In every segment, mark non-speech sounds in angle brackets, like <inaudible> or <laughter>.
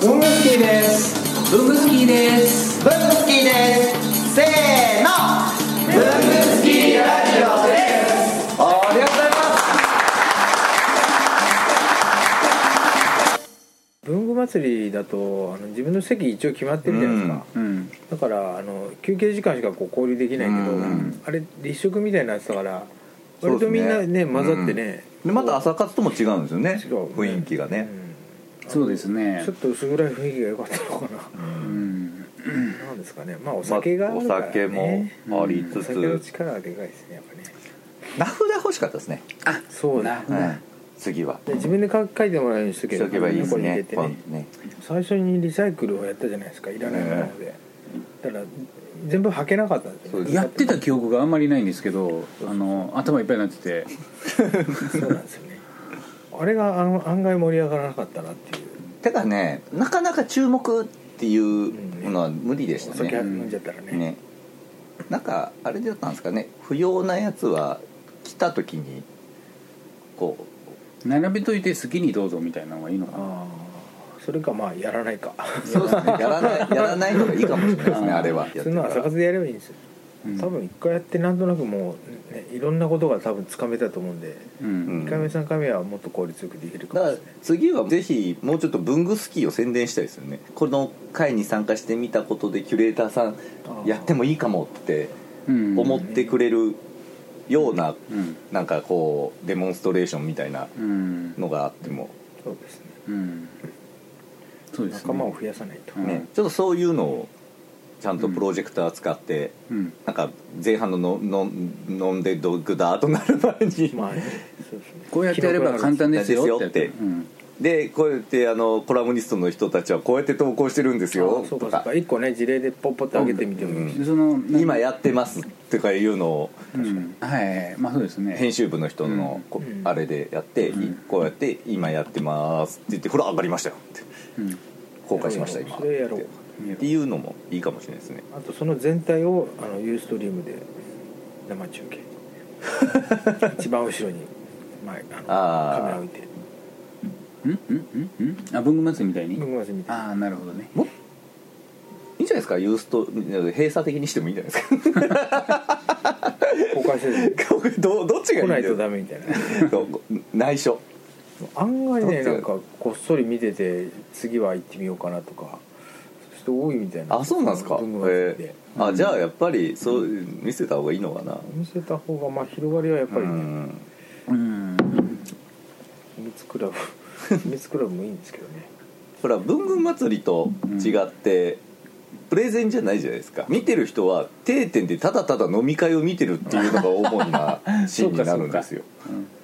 文具好きです文具好きです文具好きですせーの文具好きラジオですありがとうございます文具祭りだとあの自分の席一応決まってるじゃないですか、うんだからあの休憩時間しかこう交流できないけど、うんあれ立食みたいになってたからそう割でとみすねんなね混ざってね、でまた朝活とも違うんですよね違う雰囲気がね、そうですねちょっと薄暗い雰囲気が良かったのかな、うんなんですかねまあお酒があるかまら、あねお酒もありおつ酒のつ、力はでかいですねやっぱね名札欲しかったですね、そうなだうんはい次はで自分で書書いてもらうようにしとけしとけばいいですここに入れねて今ね度ね最初にリサイクルをやったじゃないですかいらないもので、だから全部履けなかったんですそうよでねすやってた記憶があんまりないんですけどあの頭いっぱいになっててそうなんですよねあれがあの案外盛り上がらなかったなっていうただねなかなか注目っていうのは無理でしおた酒ね,、飲んじゃったらねねなんかあれだったんですかね不要なやつは来た時にこ <laughs> 並べといて好きにどうぞみたいなのがいいのかなああそれかまあやらないかうそうですねやらないやらないのがいいかもしれないですねあーあれはそんな朝活でやればいいんですよ、うん多分一回やってなんとなくもう、ね、いろんなことが多分つかめたと思うんで、ううん一回目3回目はもっと効率よくできるかだもかしられない次はぜひもうちょっと文具スキーを宣伝したいですよねこの会に参加してみたことでキュレーターさんあーやってもいいかもってうん思ってくれるようなうんなんかこうデモンストレーションみたいなうんのがあってもそうですねうんそうですね仲間を増やさないと、うんねちょっとそういうのをちゃんとプロジェクター使ってうんなんか前半ののの飲んでドグダーとなる前に <laughs> まあねそうですねこうやってやれば簡単ですよってですよってうんでこうやってあのコラムニストの人たちはこうやって投稿してるんですあよあそうとかそうかか一個ね事例でポッポって上げてみてもいいし、でそのなん今やってますとかいうのをうんはいまあそうですね編集部の人のこうんあれでやってうんこうやって「今やってます」って言って「これ上がりましたよ」ってうん公開しました今っそれやろうていうのもいいかもしれないですねあとその全体をあのユーストリームで生中 <laughs> 継一番後ろに前ああーのカメラ置いてうんうんうんうんあ文具祭りみたい僕にが見てああなるほどねもいいんじゃないですかユースト閉鎖的にしてもいいんじゃないですか公開 <laughs> せずどどっちがい来いんだないよとダメみたいなそう内緒案外ねどっなちんかこっそり見てて次は行ってみようかなとかそういう人多いみたいなあそうなんですか文具祭りでえーあじゃあやっぱりそう見せた方がいいのかな見せた方がまあ広がりはやっぱりうねんうん秘密クラブ秘密クラブもいいんですけどねほら文具祭りと違って、プレゼンじゃないじゃないですか見てる人は定点でただただ飲み会を見てるっていうのが <laughs> 主なシーンになるんですよ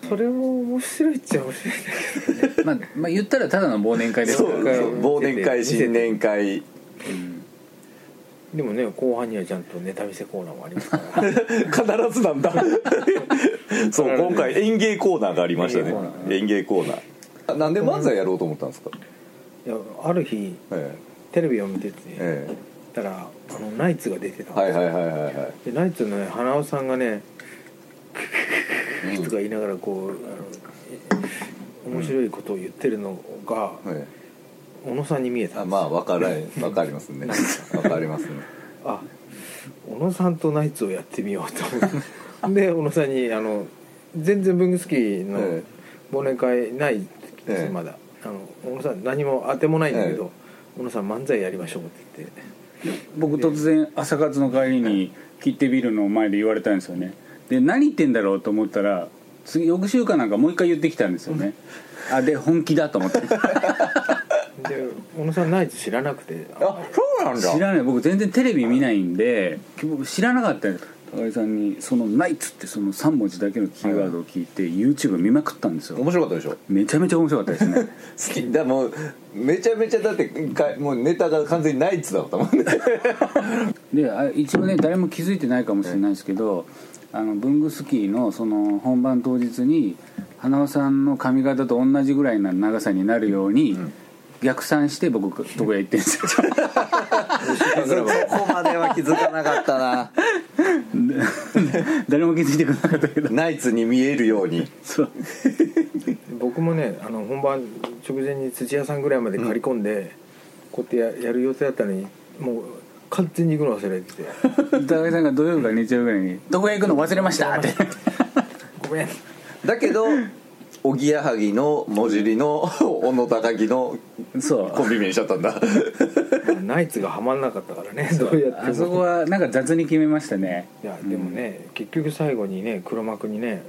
それも面白いっちゃ面白いんだけどねまあまあ言ったらただの忘年会ですそかうらそうそう忘年会新年会でもね後半にはちゃんとネタ見せコーナーもあります <laughs> から必ずなん <laughs> だそう今回園芸コーナーがありましたね園芸コーナーあなんで漫才やろうと思ったんですか、いやある日えテレビを見てて、ええたらあのナイツが出てたえんですよはいはいはいはいはいでナイツのね花尾さんがねうんとか言いながらこうあの面白いことを言ってるのが、え小野さんに見ええたあんですまあ分からない分かりますね分かりますねあ小野さんとナイツをやってみようと思っ <laughs> てで小野さんにあの全然文具好きのえ忘年会ないです、ええまだあの小野さん何も当てもないんだけど、え小野さん漫才やりましょうって言って僕突然朝活の帰りに切手ビールの前で言われたんですよねで何言ってんだろうと思ったら次翌週かなんかもう一回言ってきたんですよねあで本気だと思ってで小野さんナイツ知らなくてあそうなんだ知らない僕全然テレビ見ないんで僕知らなかったんです高井さんにその「ナイツ」ってその3文字だけのキーワードを聞いて YouTube 見まくったんですよ面白かったでしょめちゃめちゃ面白かったですね好きだもうめちゃめちゃだってかもうネタが完全にナイツだったもんねであ一応ね誰も気づいてないかもしれないですけどあの文具スキーのその本番当日に花輪さんの髪型と同じぐらいの長さになるように逆算して僕とこへ行ってんですよ <laughs> そこまでは気づかなかったな誰も気づいてくれなかったけ <laughs> どナイツに見えるようにそう僕もねあの本番直前に土屋さんぐらいまで刈り込んで、こうやってややる予定だったのにもう完全に行くの忘れてて高井さんが土曜日か日曜日ぐらいに「どこへ行くの忘れました」ってごめんだけどおぎやはぎのもじりの小野高木のそうコンビ名にしちゃったんだまあナイツがはまんなかったからねどうやってあそこもはなんか雑に決めましたねいやでもね、結局最後にね黒幕にね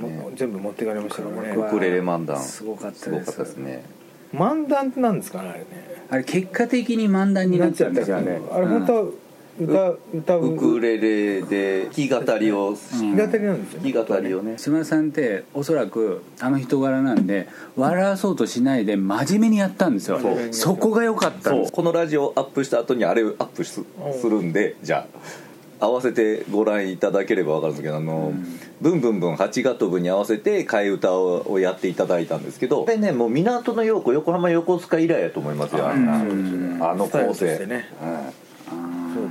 も全部持ってかれましたから黒幕ねはウクレレ漫談すごかったですすごかったですね漫談ってなんですかねあれねあれ結果的に漫談になっちゃったんですよあれあれ本当は歌,、歌 <laughs> うウクレレで弾き語りを弾き語りなんですよ弾きね語りをね島田さんっておそらくあの人柄なんで笑わそうとしないで真面目にやったんですよそうそこが良かったそんでうすこのラジオアップした後にあれをアップすするんでじゃあ合わせてご覧いただければ分かるんですけどあの、ブンブンブン八月部に合わせて替え歌ををやっていただいたんですけどこれねもう港の陽子横浜横須賀以来やと思いますよあんなあの構スタイルとし成、てねうんそう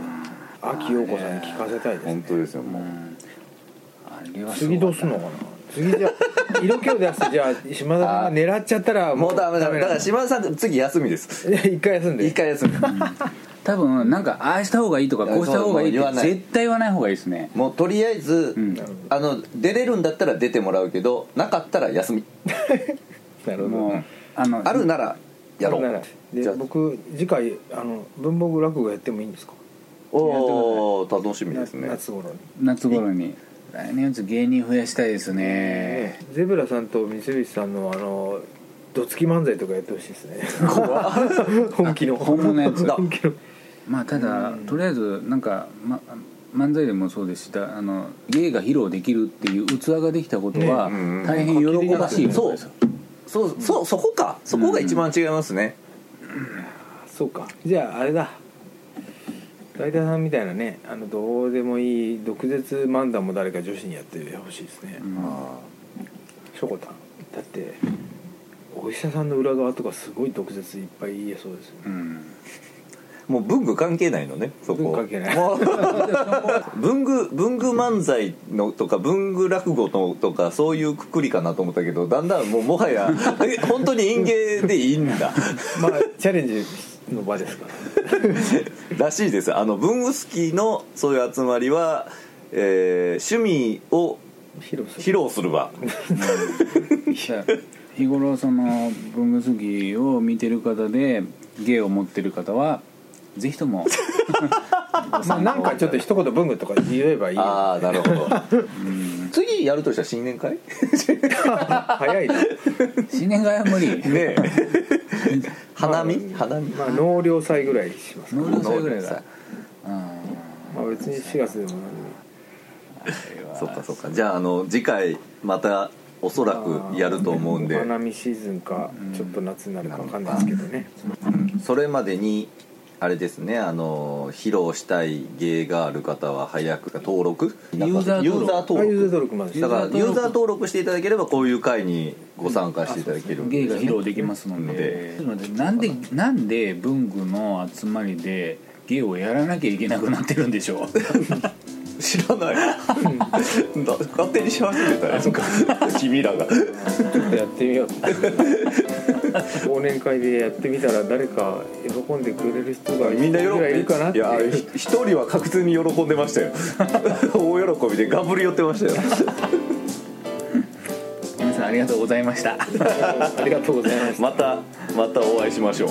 だ秋陽子さんに聞かせたいです本ね当ですよもう、あれはすご次いどうすんのかな次じゃあ色気を出してじゃあ島田さんが狙っちゃったらもうダメだだなから島田さん次休みですいや一回休んで一回休み多分なんかああした方がいいとかこうした方がいいそうもう言わってない絶対言わない方がいいですねもうとりあえず、んあの出れるんだったら出てもらうけどなかったら休みなるほどもうあのあるならやろうならじでゃあ僕次回あの文房具落語やってもいいんですかおお楽しみですね夏頃に夏頃に来年うち芸人増やしたいですねゼブラさんと三菱さんのあのどつき漫才とかやってほしいですね本気の本物のやつ本気のまあただとりあえずなんか、ま、漫才でもそうですしだあの芸が披露できるっていう器ができたことはねうんうんうん大変喜ばしいことそでうすよそうそうそこかそこが一番違いますね、そうかじゃああれだ大田さんみたいなねあのどうでもいい毒舌漫談も誰か女子にやってほしいですね、あしょこたんだってお医者さんの裏側とかすごい毒舌いっぱい言えそうですよねうんーもう文具関係ないのねそこ文具関係ないもう <laughs> 文具文具漫才のとか文具落語のとかそういうくくりかなと思ったけどだんだんもうもはや <laughs> え本当に演芸でいいんだまあチャレンジの場ですかららしいですあの文具スキーのそういう集まりは、えー趣味を披露する披露する場日頃その文具好きを見てる方で芸を持ってる方はぜひともまあなんかちょっと一言文具とか言えばいいよああなるほど <laughs> 次やるとしたら新年会ね早いな新年会は無 <laughs> 理え <laughs> 花見花見まあ納涼祭ぐらいしますか納涼祭ぐらいがまあ別に4月でも何でもそっかそっかじゃああの次回またおそらくやると思うんおで花見シーズンかちょっと夏になるか分かんないですけどねそれまでにあれですねあの披露したい芸がある方は早く登録ユーザー登録ユーザー登あユーザー録登録までだからユーザーユーザー登録登録していただければこういう会にご参加していただけるんで芸が披露できますのでなんでなんで文具の集まりで芸をやらなきゃいけなくなってるんでしょう知らないな <laughs> 勝手にし始めたやつか <laughs> 君らがちょっとやってみよう忘年会でやってみたら誰か喜んでくれる人がみんな喜ぐらいいるかなっんてでいやいうひ一人は確実に喜んでましたよ <laughs> 大喜びでガブリ寄ってましたよ皆さんありがとうございました <laughs> ありがとうございましたまたまたお会いしましょう